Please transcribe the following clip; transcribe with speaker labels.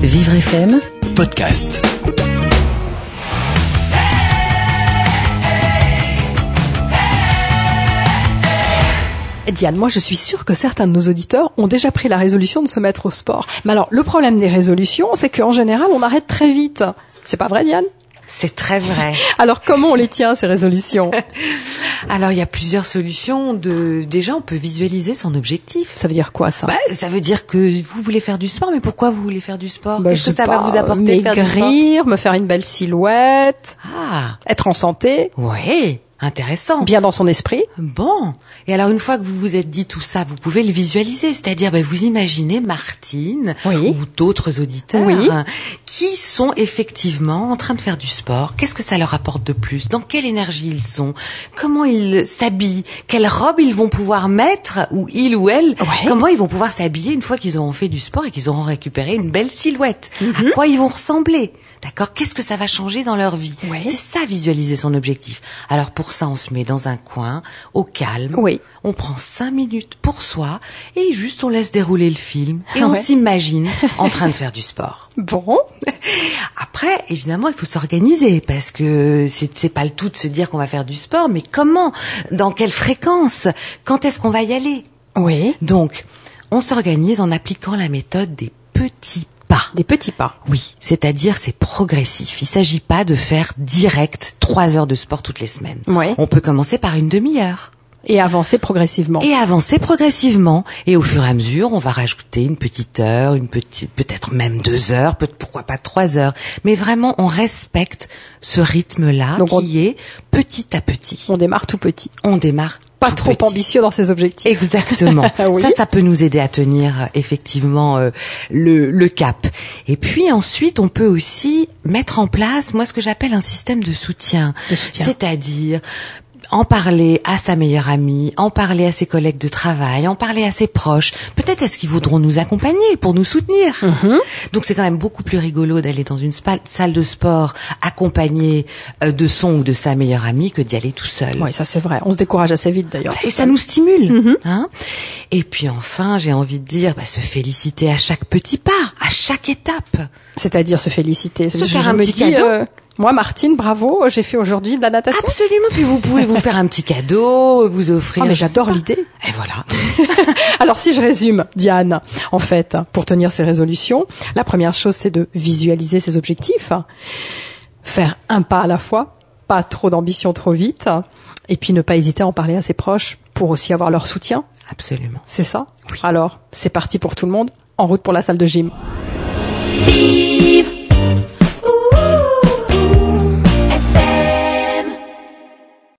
Speaker 1: Vivre FM,
Speaker 2: podcast.
Speaker 3: Diane, moi je suis sûre que certains de nos auditeurs ont déjà pris la résolution de se mettre au sport. Mais alors, le problème des résolutions, c'est qu'en général, on arrête très vite. C'est pas vrai, Diane
Speaker 4: C'est très vrai.
Speaker 3: Alors, comment on les tient, ces résolutions
Speaker 4: Alors, il y a plusieurs solutions. De... Déjà, on peut visualiser son objectif.
Speaker 3: Ça veut dire quoi, ça
Speaker 4: Bah, ça veut dire que vous voulez faire du sport, mais pourquoi vous voulez faire du sport
Speaker 3: Bah,
Speaker 4: Qu'est-ce
Speaker 3: je
Speaker 4: que
Speaker 3: sais
Speaker 4: ça
Speaker 3: pas,
Speaker 4: va vous apporter de faire du sport
Speaker 3: Maigrir, me faire une belle silhouette,
Speaker 4: Ah,
Speaker 3: être en santé,
Speaker 4: ouais, intéressant.
Speaker 3: bien dans son esprit.
Speaker 4: Bon, et alors une fois que vous vous êtes dit tout ça, vous pouvez le visualiser, c'est-à-dire ben, vous imaginez Martine
Speaker 3: Oui.
Speaker 4: ou d'autres auditeurs
Speaker 3: Oui.
Speaker 4: hein, qui sont effectivement en train de faire du sport. Qu'est-ce que ça leur apporte de plus Dans quelle énergie ils sont Comment ils s'habillent Quelle robe ils vont pouvoir mettre ou ils ou elles
Speaker 3: Ouais.
Speaker 4: Comment ils vont pouvoir s'habiller une fois qu'ils auront fait du sport et qu'ils auront récupéré une belle silhouette
Speaker 3: Mhm.
Speaker 4: À quoi ils vont ressembler D'accord Qu'est-ce que ça va changer dans leur vie
Speaker 3: Ouais.
Speaker 4: C'est ça, visualiser son objectif. Alors pour ça, on se met dans un coin, au calme.
Speaker 3: Oui.
Speaker 4: On prend cinq minutes pour soi et juste on laisse dérouler le film et
Speaker 3: Ah
Speaker 4: on
Speaker 3: ouais.
Speaker 4: s'imagine en train de faire du sport.
Speaker 3: Bon,
Speaker 4: Après, évidemment, il faut s'organiser parce que c'est c'est pas le tout de se dire qu'on va faire du sport, mais comment, dans quelle fréquence, quand est-ce qu'on va y aller
Speaker 3: oui,
Speaker 4: Donc, on s'organise en appliquant la méthode des petits pas.
Speaker 3: des petits pas.
Speaker 4: Oui, c'est-à-dire c'est progressif. Il s'agit pas de faire direct trois heures de sport toutes les semaines.
Speaker 3: Ouais.
Speaker 4: On peut commencer par une demi-heure
Speaker 3: Et avancer progressivement.
Speaker 4: et avancer progressivement. Et au fur et à mesure, on va rajouter une petite heure, une petite, peut-être même deux heures, peut pourquoi pas trois heures. Mais vraiment, on respecte ce rythme-là
Speaker 3: Donc
Speaker 4: qui
Speaker 3: on-
Speaker 4: est petit à petit.
Speaker 3: On démarre tout petit.
Speaker 4: On démarre
Speaker 3: Pas
Speaker 4: tout
Speaker 3: trop
Speaker 4: petit.
Speaker 3: ambitieux dans ses objectifs.
Speaker 4: Exactement.
Speaker 3: Ah Oui.
Speaker 4: Ça, ça peut nous aider à tenir euh, effectivement euh, le, le cap. Et puis ensuite, on peut aussi mettre en place, moi, ce que j'appelle un système de soutien.
Speaker 3: De soutien.
Speaker 4: C'est-à-dire en parler à sa meilleure amie, en parler à ses collègues de travail, en parler à ses proches. Peut-être est-ce qu'ils voudront nous accompagner pour nous soutenir.
Speaker 3: Mm-hmm.
Speaker 4: Donc c'est quand même beaucoup plus rigolo d'aller dans une spa- salle de sport accompagnée euh, de son ou de sa meilleure amie que d'y aller tout seul.
Speaker 3: Oui, ça c'est vrai. On se décourage assez vite d'ailleurs.
Speaker 4: Et ça nous stimule.
Speaker 3: Mhm.
Speaker 4: hein et puis enfin, j'ai envie de dire, bah, se féliciter à chaque petit pas, à chaque étape.
Speaker 3: C'est-à-dire se féliciter.
Speaker 4: Se faire un petit cadeau.
Speaker 3: euh,
Speaker 4: Ah,
Speaker 3: moi, Martine, bravo, j'ai fait aujourd'hui de la natation.
Speaker 4: Absolument. Puis vous pouvez vous faire un petit cadeau, vous offrir.
Speaker 3: Ah, mais j'adore l'idée.
Speaker 4: Et voilà.
Speaker 3: Alors si je résume, Diane, en fait, pour tenir ses résolutions, la première chose c'est de visualiser ses objectifs, faire un pas à la fois, pas trop d'ambition trop vite, et puis ne pas hésiter à en parler à ses proches pour aussi avoir leur soutien,
Speaker 4: Absolument.
Speaker 3: c'est ça Alors, c'est parti pour tout le monde, en route pour la salle de gym.
Speaker 5: Vivre FM.